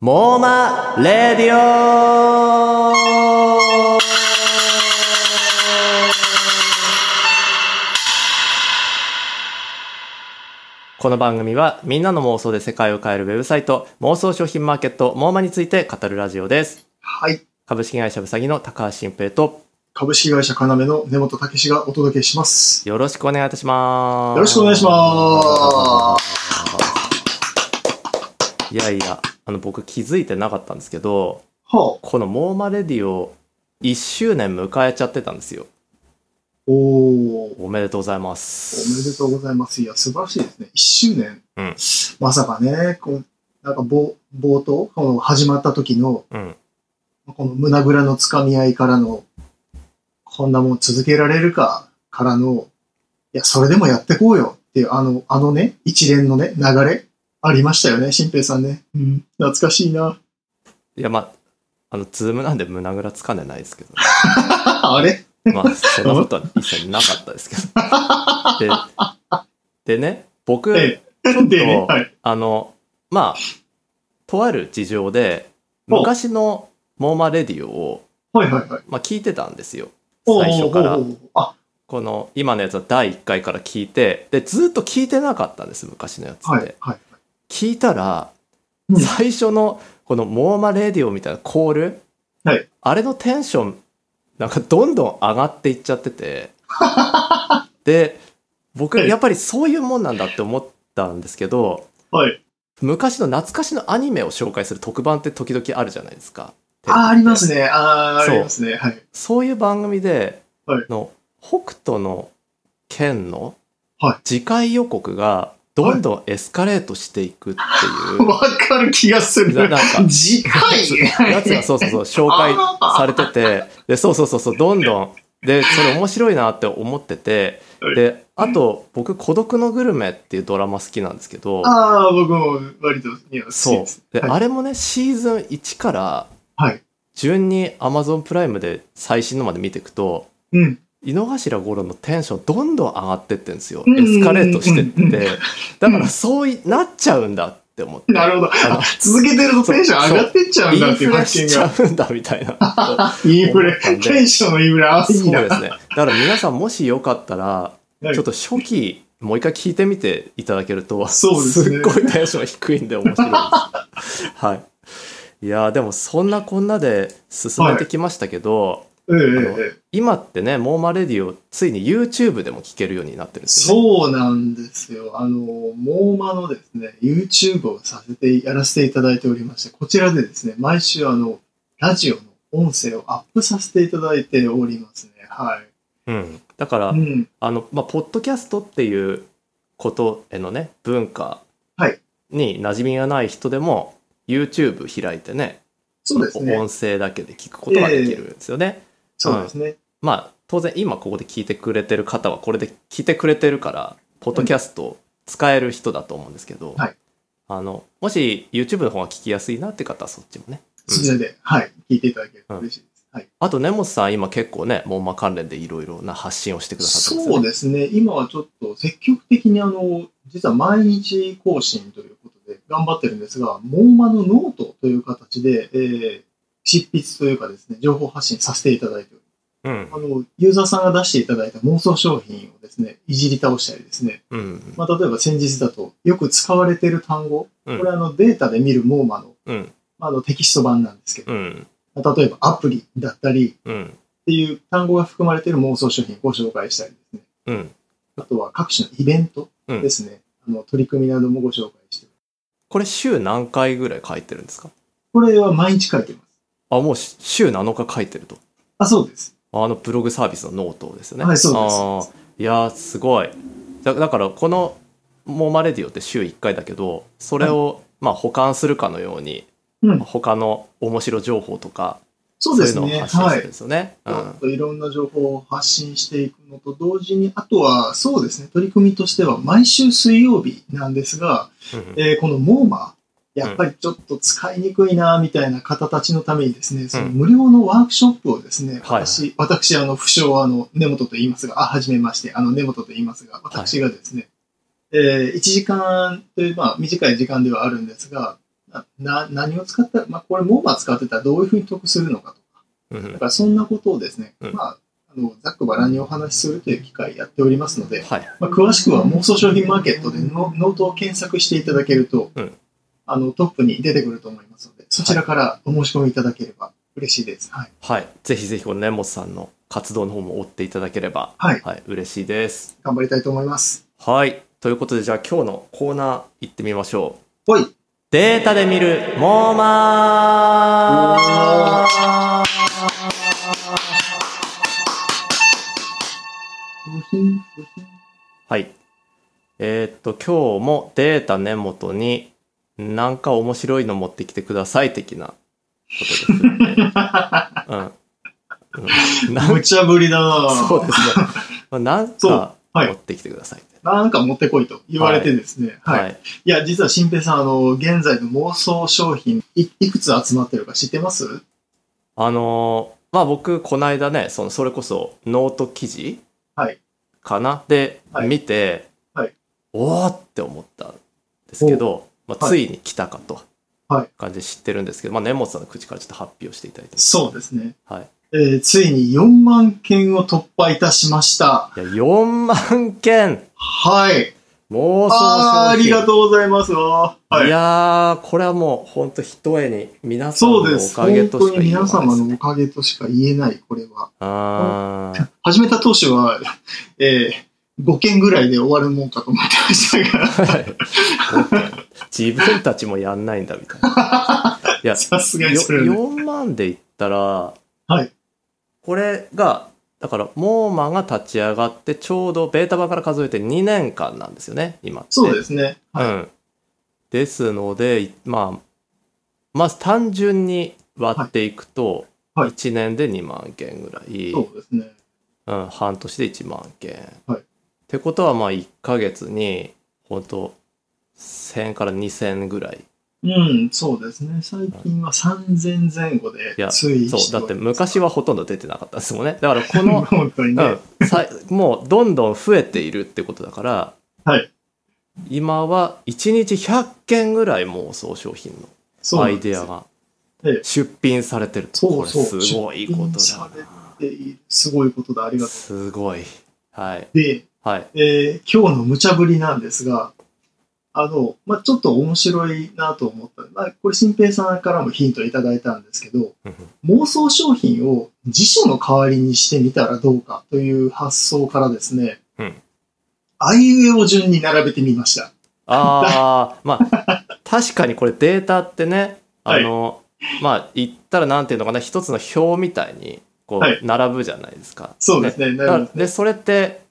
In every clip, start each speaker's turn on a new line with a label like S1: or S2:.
S1: モーマレディオこの番組はみんなの妄想で世界を変えるウェブサイト妄想商品マーケットモーマについて語るラジオです。
S2: はい。
S1: 株式会社うさぎの高橋新平と
S2: 株式会社かなめの根本武史がお届けします。
S1: よろしくお願いいたします。
S2: よろしくお願いします。
S1: す。いやいや、あの僕気づいてなかったんですけど、
S2: はあ、
S1: このモーマレディオ1周年迎えちゃってたんですよ。
S2: おおー
S1: おめでとうございま
S2: おめ
S1: す。
S2: でとうございます。いや、素晴らしいですね。1周年。
S1: うん
S2: まさかね、こうなんか冒冒頭、この始まった時の、
S1: うん。
S2: この胸ぐらのつかみ合いからの、こんなもん続けられるかからの、いや、それでもやってこうよっていう、あの、あのね、一連のね、流れ、ありましたよね、新平さんね。うん、懐かしいな。
S1: いや、まあ、あの、ズームなんで胸ぐらつかんでないですけど、
S2: あれ
S1: まあ、そんなことは一切なかったですけ ど。で、でね、僕、
S2: ええ。でね、はい。
S1: あの、まあ、とある事情で、
S2: お
S1: 昔のモーマレディオを、
S2: はいはいはい。
S1: まあ、聞いてたんですよ。最初から
S2: おーおーおーあ、
S1: この、今のやつは第1回から聞いて、で、ずっと聞いてなかったんです、昔のやつって。
S2: はいはい。
S1: 聞いたら、
S2: う ん
S1: 最初のこの「モーマレディオ」みたいなコール、
S2: はい
S1: あれのテンションなんかどんどん上がっていっちゃって てで僕
S2: はい
S1: やっぱりそういうもんなんだって思ったんですけど
S2: はい。
S1: 昔の懐かしのアニメを紹介する特番って時々あるじゃないですか。
S2: あー、あります
S1: ね。
S2: ね。あー、
S1: そ
S2: あ
S1: う
S2: りますね。はい。
S1: そういう番組で、
S2: はい
S1: の北斗の剣の
S2: はい
S1: 次回予告がどんどんエスカレートしていくっていう、
S2: わかる気がする。
S1: ななんか
S2: 次 回
S1: やつがそうそうそう紹介されててでそうそうそうそうどんどんでそれ面白いなって思っててであと僕「孤独のグルメ」っていうドラマ好きなんですけど
S2: ああ、僕も割と似合う。
S1: そうで
S2: はい
S1: あれもねシーズン1から
S2: はい
S1: 順に Amazon プライムで最新のまで見ていくと
S2: うん。
S1: 井の頭五郎のテンションどんどん上がってってんですよ
S2: うんうん
S1: エ
S2: うんうん
S1: スカレートしてっててだか
S2: う
S1: ら
S2: ん
S1: そういなっちゃうんだって思って
S2: なるほど。
S1: あの
S2: 続けてるとテンション上がってっちゃうんだって
S1: イ
S2: い
S1: ン
S2: う
S1: フレ
S2: 発
S1: し
S2: 見
S1: ちゃ
S2: が。
S1: うんだみたいな。
S2: インフレ。
S1: 思ったんで
S2: テンションのインフレ。あー、
S1: そう
S2: いいな。
S1: ですね。だから皆さんもしよかったら、
S2: はい
S1: ちょっと初期、もう一回聞いてみていただけると、
S2: そうですね
S1: っごいテンション低いんで面白いです。はい。いやーでもそんなこんなで進めてきましたけど、
S2: ええええ
S1: 今ってね、モーマレディをついに YouTube でも聞けるようになってるんですよね。
S2: そうなんですよ。あの、モーマのですね、YouTube をさせて、やらせていただいておりまして、こちらでですね、毎週あの、ラジオの音声をアップさせていただいておりますね。はい。
S1: うん。だから、
S2: うん。
S1: あの、まあ、ポッドキャストっていうことへのね、文化
S2: はい
S1: に馴染みがない人でも、YouTube 開いてね、
S2: そうですね。
S1: 音声だけで聞くことができるんですよね。
S2: そうですね。
S1: まあ当然今ここで聞いてくれてる方はこれで聞いてくれてるからポッドキャストを使える人だと思うんですけど、
S2: はい
S1: あのもし YouTube の方が聞きやすいなって方はそっちもね。うん
S2: そちらで、はい。聞いていただけると嬉しいです。はい。
S1: あと根本さん今結構ねモーマ関連でいろいろな発信をしてくださってます
S2: そう
S1: よね。
S2: ですね。今はちょっと積極的にあの、実は毎日更新ということで頑張ってるんですが、モーマのノートという形で、えー執筆というかですね、情報発信させていただいております
S1: うん
S2: あの、ユーザーさんが出していただいた妄想商品をですね、いじり倒したりですね、
S1: うん
S2: まあ、例えば先日だと、よく使われている単語、
S1: う
S2: こ
S1: ん
S2: れあのデータで見るモーマの
S1: うん
S2: まああのテキスト版なんですけど、
S1: うん
S2: まあ例えばアプリだったり
S1: うん
S2: っていう単語が含まれている妄想商品をご紹介したりですね、
S1: うん
S2: あとは各種のイベントですね、あの取り組みなどもご紹介してる
S1: これ週何回ぐらい書いてるんですか
S2: これは毎日書いてます。
S1: あもうし週7日書いてると。
S2: あ、そうです。
S1: あのブログサービスのノートですよね。
S2: はい、そうです
S1: あー
S2: そうです。
S1: いやーすごいだだからこの「モーマレディオ」って週1回だけどそれを、まあ保管するかのように、
S2: うん
S1: 他の面白情報とか
S2: そうで
S1: い
S2: す
S1: うのを
S2: ね。
S1: 発信
S2: は
S1: す
S2: い
S1: るん。ですよね。
S2: もっといろんな情報を発信していくのと同時に、あとはそうですね、取り組みとしては毎週水曜日なんですが、
S1: うんうん
S2: えーこのモーマー、やっぱりちょっと使いにくいなみたいな方たちのためにですね、その無料のワークショップをですね、
S1: はい
S2: 私、私、あの、不詳、あの、根本と言いますが、あ、はじめまして、あの、根本と言いますが、私がですね、え1時間という、まあ、短い時間ではあるんですが、なな何を使ったら、まあ、これ、モーマ使ってたらどういうふうに得するのかとか、
S1: うんうん
S2: だからそんなことをですね、
S1: うん
S2: まあ、あのざっくばらんにお話しするという機会やっておりますので、
S1: はい。
S2: まあ、詳しくは妄想商品マーケットでのノートを検索していただけると、
S1: うん
S2: あのトップに出てくると思いますので、そちらからお申し込みいただければ嬉しいです。はい。
S1: はい。ぜひぜひ、この根本さんの活動の方も追っていただければ、
S2: はい
S1: はい、嬉しいです。
S2: 頑張りたいと思います。
S1: はい。ということで、じゃあ今日のコーナー行ってみましょう。
S2: ほい。
S1: データで見るモーマ
S2: うわ
S1: ー
S2: 部品、部品。
S1: はい。えーっと、今日もデータ根元になんか面白いの持ってきてください的なことですよね。うん。うん、なん
S2: 無茶ぶりだなぁ
S1: そうですね。まあなん
S2: そう
S1: か
S2: はい
S1: 持ってきてください。
S2: なんか持ってこいと言われてですね。はい。い、
S1: い。
S2: や、実は新平さん、あの、現在の妄想商品い、いくつ集まってるか知ってます
S1: あのーまあ僕この間ねそのそれこそノート記事
S2: はい
S1: かな、で、
S2: はい
S1: 見て、
S2: はい
S1: おーって思ったんですけど、まあ、
S2: は
S1: つ
S2: い
S1: いに来たかと
S2: はい
S1: 感じで知ってるんですけど、まあ根本さんの口からちょっと発表していただいて
S2: そうですね。
S1: はい
S2: えーついに4万件を突破いたしました。
S1: いや4万件
S2: はい。
S1: 妄想
S2: あーありが
S1: う、、
S2: とうございますわ。はいい。
S1: やーこれはもう本当ひとえに皆さんの
S2: そうで
S1: お
S2: す。
S1: かげ
S2: 本
S1: と
S2: 当
S1: し
S2: に
S1: か言いよう
S2: 皆
S1: がない
S2: 様
S1: です
S2: の
S1: ね
S2: おかげとしか言えない、これは。
S1: あー
S2: 始めた当初は、 えー、5件ぐらいで終わるもんかと思ってました が、
S1: 自分たちもやんないんだみたいな。 いや、
S2: さすがに
S1: よ
S2: それはね、
S1: 4万で言ったら、
S2: はい
S1: これがだからモーマが立ち上がってちょうどベータ版から数えて2年間なんですよね今って
S2: そうですね。
S1: うん、ですのでまあまず単純に割っていくと、
S2: はいはい
S1: 1年で2万件ぐらい、
S2: そうですね。
S1: うん、半年で1万件、
S2: はい
S1: ってことはまあ1ヶ月に本当1000から2000ぐらい
S2: うん、そうですね。最近は3000前後で
S1: いや
S2: 推移して
S1: そうだって昔
S2: は、
S1: はほとんど出てなかったですもんねだからこの
S2: 本当にね、
S1: うん、さもうどんどん増えているってことだから、
S2: はい
S1: 今は1日100件ぐらい妄想商品
S2: そう
S1: の
S2: な
S1: ア
S2: ん
S1: イ
S2: です
S1: デ
S2: よ
S1: アが
S2: ええ
S1: 出品されてると
S2: そ
S1: こ
S2: う
S1: れ
S2: そう
S1: すごいことだ
S2: 出品されているすごいことだ、あり
S1: な
S2: がと。
S1: すごいはいう
S2: で、
S1: はい
S2: えー今日の無茶ぶりなんですが、あの、まあ、ちょっと面白いなと思った。まあ、これ、新平さんからもヒントいただいたんですけど、
S1: うん
S2: 妄想商品を辞書の代わりにしてみたらどうかという発想からですね、
S1: うん
S2: あいうえを順に並べてみました。
S1: ああまあ確かにこれデータってねあの、まあ言ったらなんていうのかな一つの表みたいにこ
S2: はいう
S1: 並ぶじゃないですか、
S2: そうですね。な
S1: だ
S2: る
S1: か
S2: ほ
S1: ら
S2: ど
S1: でそれって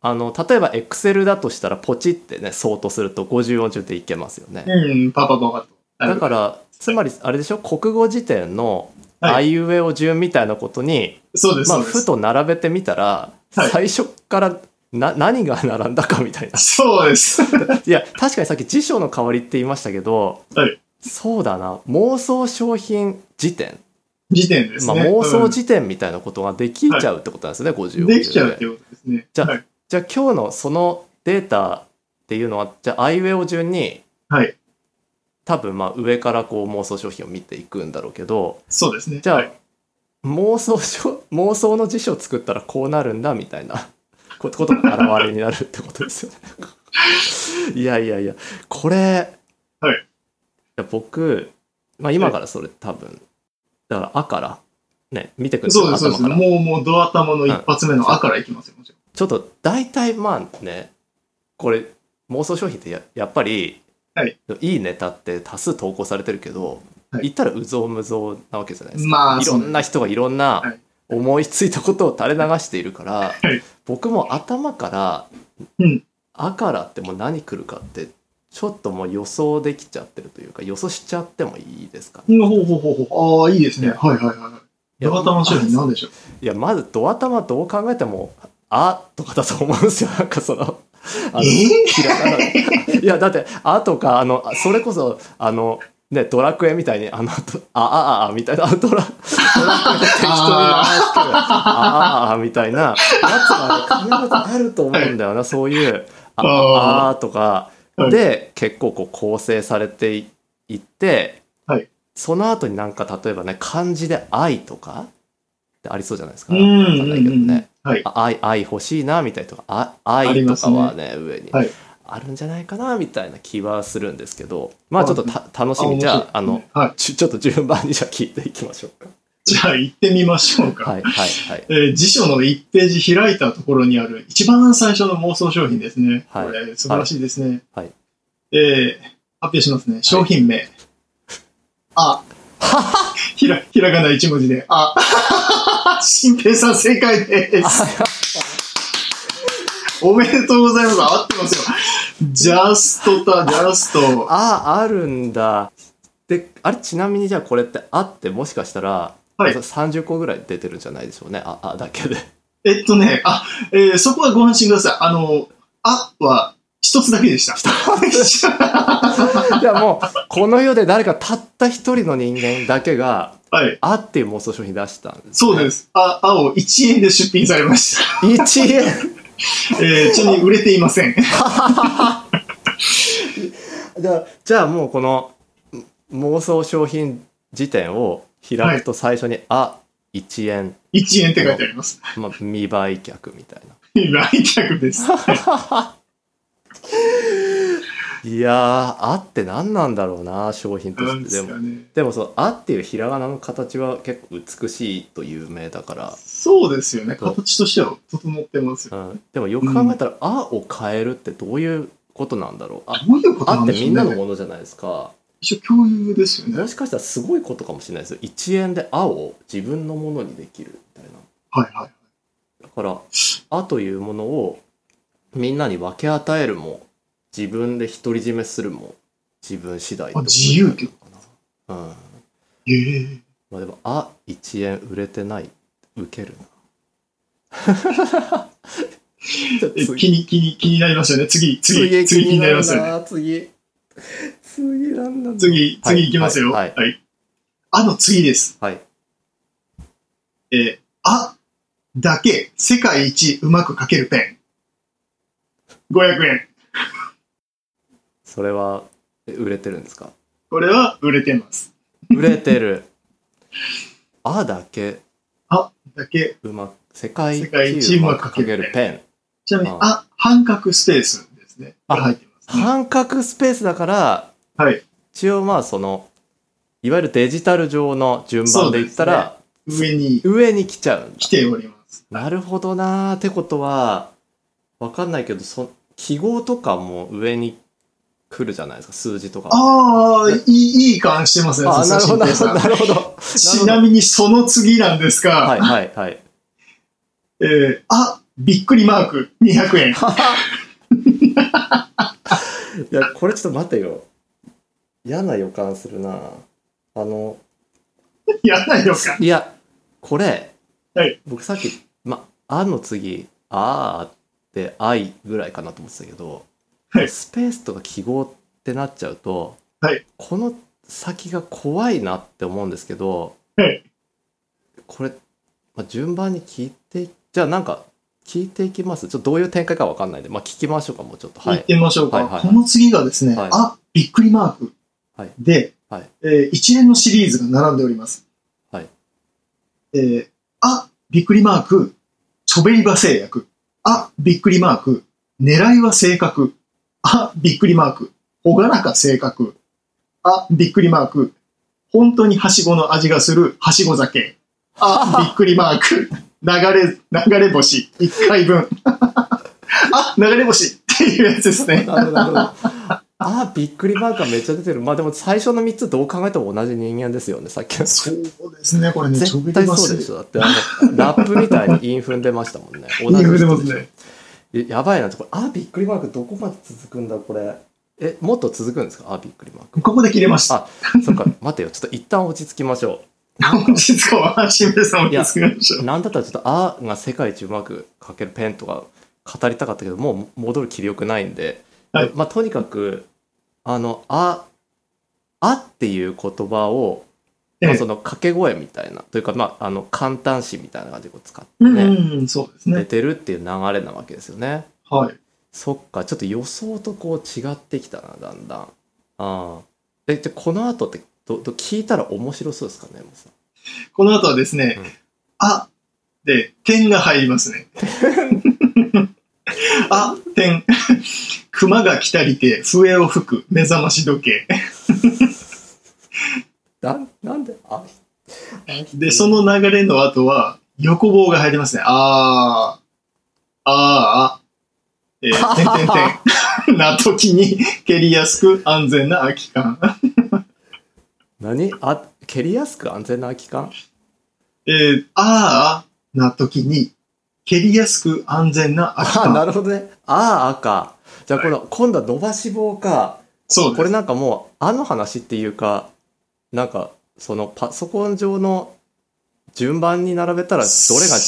S1: あの例えばエクセルだとしたらポチってね相当すると50音順でいけますよね、
S2: うん、パパパパと。
S1: だからつまりあれでしょ国語辞典の
S2: は
S1: あいうえお順みたいなことに、
S2: そうです、
S1: まあ、
S2: そうで
S1: ふ
S2: す。
S1: と並べてみたら、
S2: はい
S1: 最初からな何が並んだかみたいな
S2: そうです。
S1: いや確かにさっき辞書の代わりって言いましたけど、
S2: はい
S1: そうだな妄想商品辞典、
S2: 時点です
S1: ま
S2: ね。
S1: あ、妄
S2: う
S1: 想
S2: ん
S1: 辞典みたいなことができちゃうってことなんですよね、50音順
S2: できちゃうっていうことですね。
S1: じゃあ
S2: はい
S1: じゃあ今日のそのデータっていうのはじゃあアイウェイを順に
S2: はい。
S1: 多分まあ上からこう妄想商品を見ていくんだろうけど
S2: そうですね。
S1: じゃあ、
S2: はい
S1: 妄想書妄想の辞書を作ったらこうなるんだみたいな こことが表れになるってことですよね。 いやいやいやこれ、
S2: はい
S1: や僕、まあ、今からそれ多分だから「あ」からね見てくるんです
S2: そう
S1: よ
S2: です、そう
S1: 頭
S2: です。
S1: から。
S2: もう、もう、ドア玉の一発目のあからいきますよ、もちろん。
S1: ちょっと大体まあねこれ妄想商品ってややっぱり、
S2: はい、
S1: いネタって多数投稿されてるけど、
S2: はい
S1: 言ったらうぞうむぞうなわけじゃないですか、
S2: まあ、
S1: いろんな人がいろん
S2: は
S1: ない思いついたことを垂れ流しているから、
S2: はい
S1: 僕も頭から「
S2: うん
S1: あ」からってもう何来るかってちょっともう予想できちゃってるというか予想しちゃってもいいですか、
S2: うんほうほうほうほう。ああ、いいですね。はいはいはいはい。
S1: いや
S2: ドア玉商品なんでしょう。
S1: いやまずドア玉どう考えても「あ」とかだと思うんですよなんかその。あの
S2: え
S1: ひらがなで いやだって「あ」とかあのそれこそあのねドラクエみたいにあのと「ああああ」みたいなドラドラクエ適当に名前つける「ああああ」みたいなやつがね必ずあると思うんだよなそういう「あ
S2: あー
S1: ああ」とか
S2: はい
S1: で結構こう構成されてい行って、
S2: はい
S1: その後になんか例えばね漢字で「愛」とかってありそうじゃないですか。
S2: うん
S1: わか
S2: うんん
S1: な
S2: う
S1: いけど
S2: ん
S1: ね。
S2: はい。
S1: あ愛愛欲しいなみたいなとかあ
S2: あり
S1: 愛と
S2: ます
S1: か
S2: ね
S1: はね上に
S2: はい
S1: あるんじゃないかなみたいな気はするんですけどまあちょっとた楽し
S2: あ面白
S1: み
S2: い
S1: じゃああの
S2: はい。
S1: ちちょっと順番にじゃあ聞いていきましょう
S2: じゃあ行ってみましょうか。
S1: か。はいはいはい。
S2: えー辞書の1ページ開いたところにある一番最初の妄想商品ですね。
S1: はい
S2: これ素晴らしいですね。
S1: はい
S2: えー発表しますね。商品名。 あ。ひら、ひらがな一文字で。あ。 新平さん正解です。おめでとうございます。合ってますよ。ジャストだ、ジャスト。
S1: ああるんだ。であれちなみにじゃあこれって「あ」ってもしかしたら、
S2: はい
S1: 30個ぐらい出てるんじゃないでしょうね「あ」あだけで。
S2: えっとね、あ、えーそこはご安心ください。あの、あは一つだけでした。
S1: じゃあもうこの世で誰かたった一人の人間だけが
S2: はい。
S1: 「あ」っていう妄想商品出したんです、。
S2: そうですす。あ、青、1円で出品されま した。
S1: 1円
S2: えー、ちなみに売れていません。
S1: じゃあじゃあもうこのん妄想商品辞典を開くと最初に「あ」1円、
S2: 1円って書いてあります。
S1: まあ、未売客みたいな。
S2: 来客です。
S1: いやー「あ」って何なんだろうな商品と
S2: な
S1: し
S2: ん
S1: てで
S2: で
S1: すも
S2: かね。
S1: でもその「あ」っていうひらがなの形は結構美しいと有名だか
S2: そうですよね。
S1: そう
S2: 形としては整ってますよ。
S1: ら、うん、でもよく考えたら「あ」を変えるってどういうことなんだろうあ
S2: どういうこと
S1: あ
S2: な
S1: っ
S2: ん
S1: て
S2: でし
S1: み
S2: ょ
S1: ん
S2: う
S1: な
S2: ね。
S1: のものじゃないですか。
S2: 一応共有ですよね
S1: も。しかしたらすごいことかもしれないですよ。1円で「あ」を自分のものにできるみたいな。
S2: はいはい。
S1: だから「あ」というものをみんなに分け与えるも自分で独り占めするも自分次第ってことになるのかなうん
S2: えー、
S1: まあでも「あ」1円売れてない受ける なじゃあ
S2: え
S1: 次
S2: 気に、気に、気になりますよね。次、次、次気になりますよね。
S1: な次次なんだろう
S2: 次、
S1: はい
S2: 次いきますよ。
S1: は
S2: はいい。あの次です。
S1: はい
S2: えー、あだけ世界一うまく書けるペン。500円。
S1: それはえ売れてるんですか
S2: これは売れてます。
S1: 売れて る「あ」だけ
S2: あだけ、
S1: うまく世界
S2: 世界
S1: 一
S2: 一
S1: う
S2: う
S1: ま
S2: ま
S1: く
S2: く
S1: か
S2: 書
S1: け
S2: け
S1: る
S2: る
S1: ペン
S2: ちなみに
S1: あ、
S2: あ、半角スペースですね。
S1: あ
S2: これ入ってます、ね。
S1: 半角スペースだから
S2: はい。
S1: 一応まあそのいわゆるデジタル上の順番で言ったら、
S2: 上に
S1: 上に来ちゃうんだ
S2: 来ております。
S1: なるほどなーってことはわかんないけどそ記号とかも上に来るじゃないですか数字とかも
S2: ああ、いい、いい感してますね。
S1: あ
S2: さす
S1: な
S2: が
S1: るほどなるほ
S2: 新平
S1: ど
S2: さん
S1: なるほど
S2: ちなみにその次なんですが、
S1: はいはい はい
S2: えーあ、びっくりマーク、200円。
S1: いやこれちょっと待てよ嫌な予感するなあの
S2: やらないのか。
S1: いや、これ、
S2: はい
S1: 僕さっき、ま、あの次、あーって、愛ぐらいかなと思ってたけど、
S2: はい
S1: スペースとか記号ってなっちゃうと、
S2: はい
S1: この先が怖いなって思うんですけど、
S2: はい
S1: これ、ま、順番に聞いて、じゃあなんか、聞いていきます。ちょっとどういう展開かわかんないんで、まあ、聞きましょうか、もうちょっと。は
S2: 行っ
S1: い。
S2: てみましょうか。
S1: はいはいはい
S2: この次がですね、
S1: はい
S2: あ、びっくりマーク。
S1: はい
S2: で、
S1: はい
S2: えー一連のシリーズが並んでおります。
S1: はい
S2: えーあ、びっくりマーク、チョベリバ製薬。あ、びっくりマーク、狙いは正確。あ、びっくりマーク、ほがらか正確。あ、びっくりマーク、本当にはしごの味がするはしご酒。あ、びっくりマーク、流れ、流れ星、1回分。あ、流れ星っていうやつですね。
S1: なるほどなるほどあーびっくりマークがめっちゃ出てる。まあでも最初の3つどう考えても同じ人間ですよね、さっきの。
S2: そうですね、これね、ちょび
S1: 絶対
S2: りま
S1: そう
S2: す
S1: でしょだってあのラップみたいに韻踏んでましたもん ね同
S2: いい
S1: じ
S2: 腕
S1: 人
S2: ま
S1: ですしょ
S2: ね。
S1: えやばいなこれあびっくりマークどこまで続くんだこれえもっと続くんですかあびっくりマ ーク
S2: ここで切れました。
S1: あそっか待てよちょっと一旦落ち着きましょ
S2: 本日は清水さんを見つけましょ
S1: う
S2: う。
S1: なんだったらちょっと「あ」が世界一うまく書けるペンとか語りたかったけどもう戻る気力ないんで、
S2: はい
S1: まあとにかくあの「あ」あっていう言葉を、まあ、
S2: ええ
S1: その掛け声みたいなというか、まあ、あの簡単詞みたいな感じでこう使って
S2: う
S1: ね、
S2: んうん、そうです
S1: 出
S2: ね。
S1: てるっていう流れなわけですよね。
S2: はい。
S1: そっかちょっと予想とこう違ってきたなだんだん。ああえでこの後ってどど聞いたら面白そうですかねもうさ
S2: この後はですね、
S1: うん
S2: あで、点が入ります ね。あ、点。熊が来たりて、笛を吹く、目覚まし時計。
S1: なんなんであ
S2: で、その流れの後は、横棒が入りますね。あー、あー、あ、えー、点点 点。な時に、蹴りやすく安全な空き缶。
S1: 何あ蹴りやすく安全な空き缶
S2: えー、あー、あ、な時に、蹴りやすく安全な空き
S1: あな
S2: 缶。
S1: るほどねあああかじゃあこの、今度は伸ばし棒か
S2: そう
S1: こ
S2: で
S1: れ
S2: す。
S1: なんかもう「あ」の話っていうかなんかそのパソコン上の順番に並べたらどれが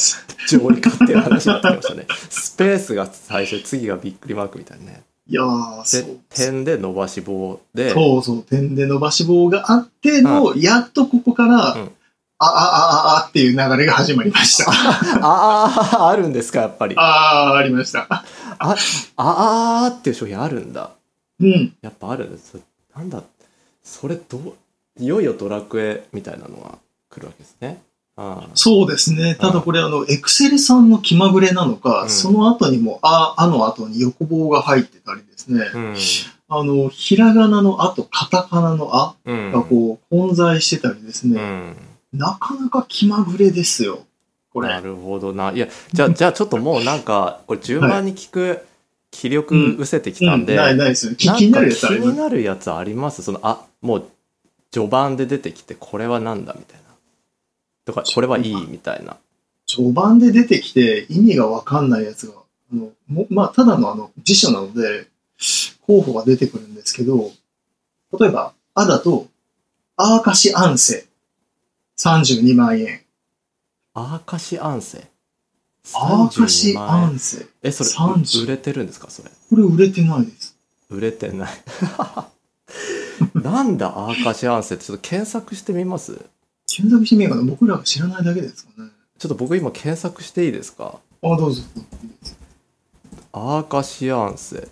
S1: 上位かっていう話になってきましたねスペースが最初次がびっくりマークみたいなね
S2: いやー、そ
S1: で
S2: う。
S1: 点で伸ばし棒で
S2: そうそう、点で伸ばし棒があっての、やっとここから、
S1: うん
S2: あ、あ、あ、あ、あっていう流れが始まりました。あ
S1: あああるんですかやっぱりあ
S2: あー、ありました。
S1: ああーっていう商品あるんだ
S2: うん。
S1: やっぱあるんですそれなんだそれどういよいよドラクエみたいなのが来るわけですねあー
S2: そうですね。ただこれ、あの、エクセルさんの気まぐれなのか、
S1: うん
S2: その後にも、あ、あの後に横棒が入ってたりですね。
S1: うん
S2: あの、ひらがなのあとカタカナのあ
S1: うん
S2: がこう、混在してたりです
S1: う
S2: ね。
S1: ん
S2: なかなか気まぐれですよ。こ
S1: な
S2: れ。
S1: るほどないやじゃあじゃあちょっともうなんかこれ順番に聞く気力失せてきたんで、
S2: うん、ないないですよ。気気になるやつあ
S1: ん
S2: り
S1: か気
S2: ま
S1: に
S2: す。
S1: なるやつありますそのあもう序盤で出てきてこれはなんだみたいなとかこれはいいみたいな
S2: 序盤で出てきて意味がわかんないやつが、あのもまあ、ただのあの辞書なので、候補が出てくるんですけど、例えば、あだと、アーカシアンセ、32万円。
S1: アーカシアンセ
S2: アーカシ
S1: 32万
S2: ア
S1: 円
S2: ンセ。
S1: えそれ
S2: 30
S1: 売れてるんですかそれ
S2: これ売れてないです。
S1: 売れてない なんだアーカシアンセってちょっと検索してみます
S2: 検索してみようかな。僕らが知らないだけですかね。
S1: ちょっと僕今検索していいですか
S2: あ、どうぞ。
S1: アーカシアンセ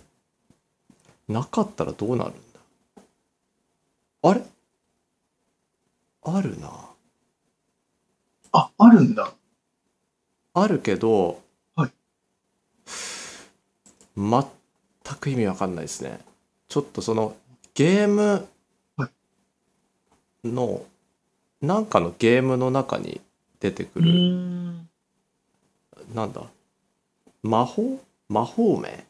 S1: なかったらどうなるんだあれあるな
S2: あ、あるんだ。
S1: あるけど、
S2: はい
S1: 全く意味わかんないですねちょっとそのゲーム
S2: は
S1: の、なんかのゲームの中に出てく
S2: う
S1: る、
S2: ーん。
S1: なんだ魔法魔法名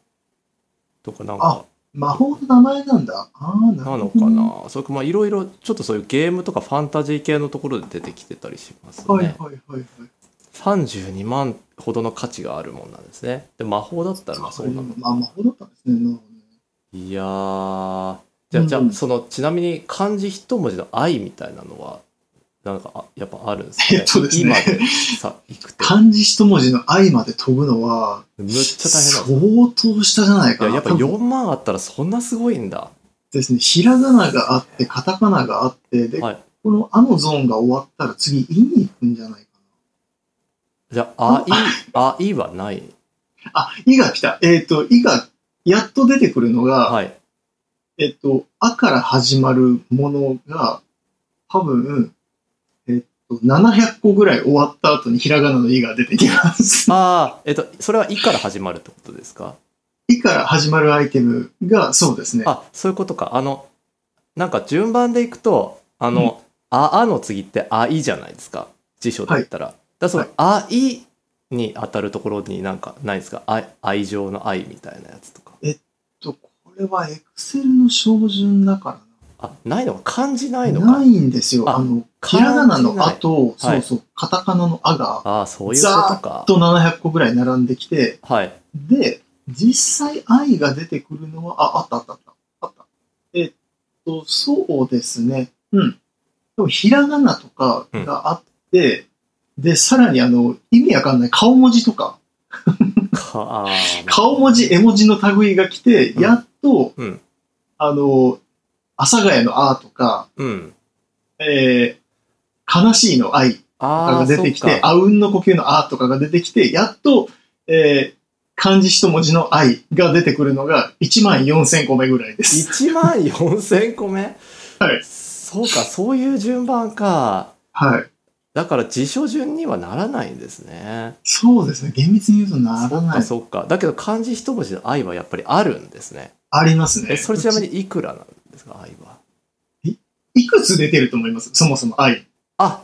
S1: とかなんか
S2: 魔法の名前なんだ。ああ、なる
S1: な
S2: ほ
S1: の
S2: ど
S1: か。なそれかまあいろいろちょっとそういうゲームとかファンタジー系のところで出てきてたりしますね、
S2: はいはいはいはい。
S1: 32万ほどの価値があるもんなんですねで魔法だったらまあそうなの
S2: あ、魔法だったんですね。なるほどね
S1: いやーじゃあじゃあ、
S2: うん
S1: そのちなみに漢字一文字の「愛」みたいなのはなんかあやっぱあるんですかね
S2: えっとですね
S1: 今でさ行 くと
S2: 漢字一文字の愛まで飛ぶのは、
S1: むっちゃ大変なんです
S2: 相当下じゃない
S1: い
S2: か
S1: や
S2: な。
S1: やっぱ
S2: 多分
S1: 4万あったらそんなすごいんだ
S2: ですね。ひらがながあって、カタカナがあって、で、
S1: はい
S2: このあのゾーンが終わったら次、いに行くんじゃないか
S1: じゃあ「愛」あいはない
S2: な。あ、いが来た。えっ、と、いが、やっと出てくるのが、
S1: はい
S2: えっ、と、あから始まるものが、多分、えっ、と、700個ぐらい終わった後にひらがなのいが出てきます。
S1: ああえっとそれは「い」から始まるってことですか
S2: いから始まるアイテムが、そうですね。
S1: あそういうことかあのなんか順番でいくとあの「あ」あの次って「あい」じゃないですか辞書で言ったら、だからその「あい」に当たるところになんかないですか愛愛情の愛みたいなやつとか
S2: えっと、これはエクセルの照準だからな。
S1: あないのか漢字ないのか
S2: ないんですよ。
S1: あ
S2: あの、ひ
S1: 感じない
S2: らがなのあと、
S1: は
S2: そ
S1: いう
S2: そう、カタカナのあが、
S1: ああそういうことか
S2: あと700個ぐらい並んできて、
S1: はい
S2: で、実際愛が出てくるのは、あ、あったあったあった。あった。えっと、そうですね。うん。でも、ひらがなとかがあって、で、さらにあの、意味わかんない顔文字とか、
S1: かあー
S2: 顔文字、絵文字の類が来て、
S1: うん
S2: やっと、
S1: うん
S2: あの、阿佐ヶ谷のあとか、
S1: うん
S2: えー悲しいの愛とか
S1: あ
S2: が
S1: あ
S2: 出てき
S1: そう
S2: て、
S1: か
S2: あうんの呼吸のあとかが出てきて、やっと、えー漢字一文字の愛が出てくるのが1万4000個目ぐらいです。
S1: 1万4000個目
S2: はい
S1: そうかそういう順番か
S2: はい。
S1: だから辞書順にはならないんですね
S2: そうですね。厳密に言うとならない。
S1: そっかそっかだけど漢字一文字の愛はやっぱりあるんですね
S2: ありますね。
S1: えそれちなみにいくらなんですか愛は
S2: いくつ出てると思いますそもそ も愛。
S1: あ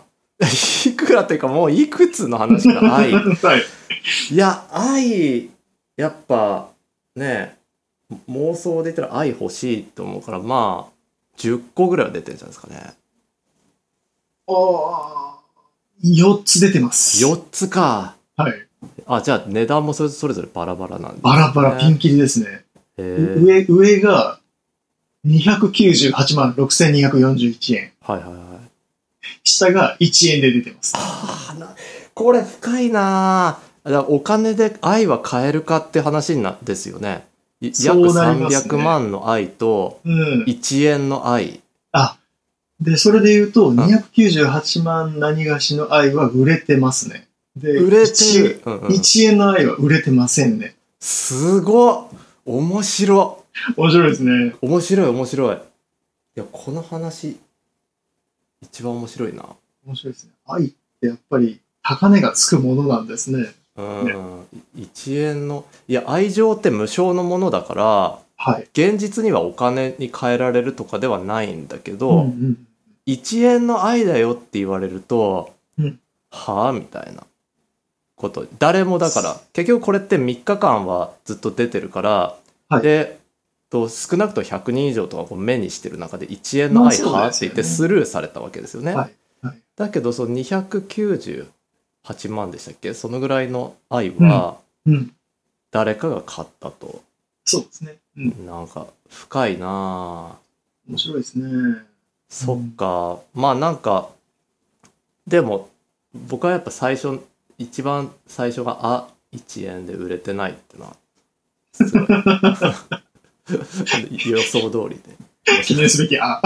S1: いくらっていうかもういくつの話 か愛
S2: はい。
S1: いや愛やっぱね妄想で言ったら愛欲しいと思うからまあ10個ぐらいは出てるんじゃないですかね
S2: ああ、4つ出てます。
S1: 4つか
S2: はい。
S1: あじゃあ値段もそれそれぞれバラバラなんですね
S2: バラバラピンキリですね。
S1: へー
S2: 上、上が298万6241円。
S1: はいはいはい
S2: 下が1円で出てます。
S1: あーなこれ深いなあだからお金で愛は買えるかって話になですよねい約
S2: そうなります
S1: 300
S2: ね
S1: 万の愛と
S2: うん。
S1: 1円の愛
S2: で、それで言うと、298万何がしの愛は売れてますね。で、
S1: 売れてる、うんうん
S2: 1, 円の愛は売れてませんね。
S1: すごっ面白
S2: 面白いですね。
S1: い面白い面白いいやこの話一番面白いな
S2: 面白いですね。愛ってやっぱり高値がつくものなんですね。
S1: うん、1円のいや愛情って無償のものだから
S2: はい。
S1: 現実にはお金に換えられるとかではないんだけ
S2: う
S1: ど、
S2: んうん、
S1: 1円の愛だよって言われると、
S2: うん
S1: はあみたいなこと誰もだから結局これって3日間はずっと出てるから、
S2: はい
S1: でと少なくとも100人以上とかこう目にしてる中で1円の愛
S2: まあ
S1: はあっ
S2: そう
S1: て
S2: です
S1: 言
S2: よね
S1: ってスルーされたわけですよね、
S2: はいはい
S1: だけどその298万でしたっけそのぐらいの愛は
S2: うん。
S1: 誰かが買ったと、
S2: そうですね。うん。
S1: なんか深いなあ
S2: 面白いですね。
S1: そっか、まあなんかでも僕はやっぱ最初一番最初が「あ1円で売れてない」って のはすごい予想通り
S2: 記
S1: で
S2: 念すべき、 あ、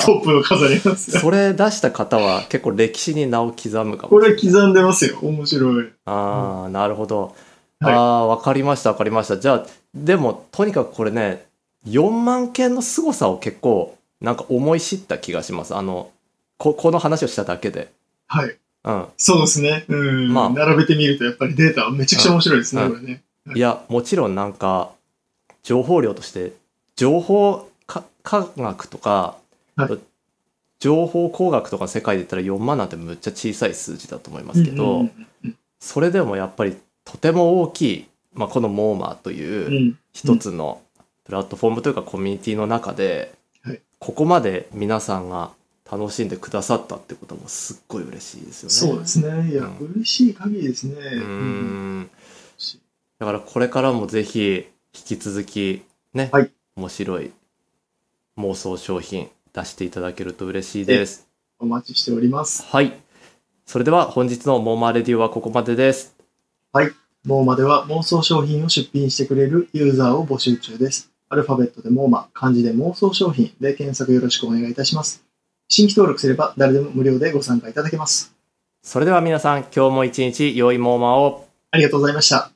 S2: トップを飾ります。
S1: それ出した方は結構歴史に名を刻むかも
S2: これ刻んでますよ。面白い。
S1: ああ、なるほど。
S2: はい
S1: ああ、わかりました、わかりました。じゃあ、でも、とにかくこれね、4万件の凄さを結構、なんか思い知った気がします。あの、こ、この話をしただけで。
S2: はい。
S1: うん。
S2: そうですね。うん。
S1: まあ
S2: 並べてみると、やっぱりデータはめちゃくちゃ面白いですね、
S1: うん
S2: これね。
S1: いや、もちろんなんか、情報量として、情報か科学とか、
S2: はい
S1: 情報工学とかの世界で言ったら4万なんてむっちゃ小さい数字だと思いますけど、
S2: うんうんうん
S1: それでもやっぱりとても大きい、まあ、このモーマーという、
S2: うん。うん
S1: 一つのプラットフォームというかコミュニティの中で、
S2: はい
S1: ここまで皆さんが楽しんでくださったってこともすっごい嬉しいですよね。
S2: そうですね。いや、
S1: う
S2: 嬉しい限りですね。
S1: うー
S2: うん
S1: んだからこれからもぜひ引き続きね、
S2: はい
S1: 面白い妄想商品出していただけると嬉しいです。
S2: お待ちしております。
S1: はい。それでは本日のモーマーレディオはここまでです。
S2: モーマでは妄想商品を出品してくれるユーザーを募集中です。アルファベットでモーマ、漢字で妄想商品で検索よろしくお願いいたします。新規登録すれば誰でも無料でご参加いただけます。
S1: それでは皆さん今日も一日良いモーマーを
S2: ありがとうございました。